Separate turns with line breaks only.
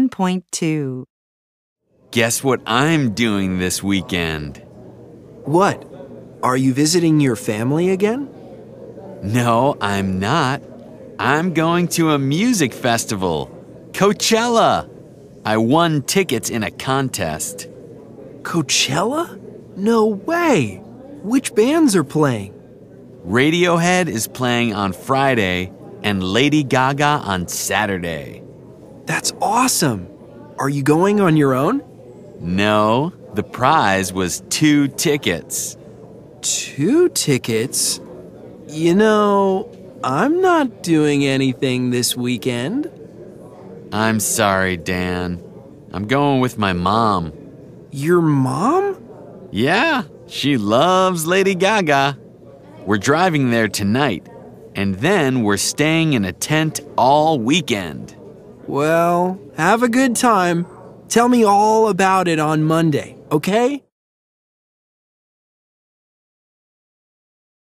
10.2.
Guess what I'm doing this weekend?
What? Are you visiting your family again?
No, I'm not. I'm going to a music festival, Coachella. I won tickets in a contest.
Coachella? No way! Which bands are playing?
Radiohead is playing on Friday and Lady Gaga on Saturday.
That's awesome! Are you going on your own?
No, the prize was two tickets.
Two tickets? You know, I'm not doing anything this weekend.
I'm sorry, Dan. I'm going with my mom.
Your mom?
Yeah, she loves Lady Gaga. We're driving there tonight, and then we're staying in a tent all weekend.
Well, have a good time. Tell me all about it on Monday, okay?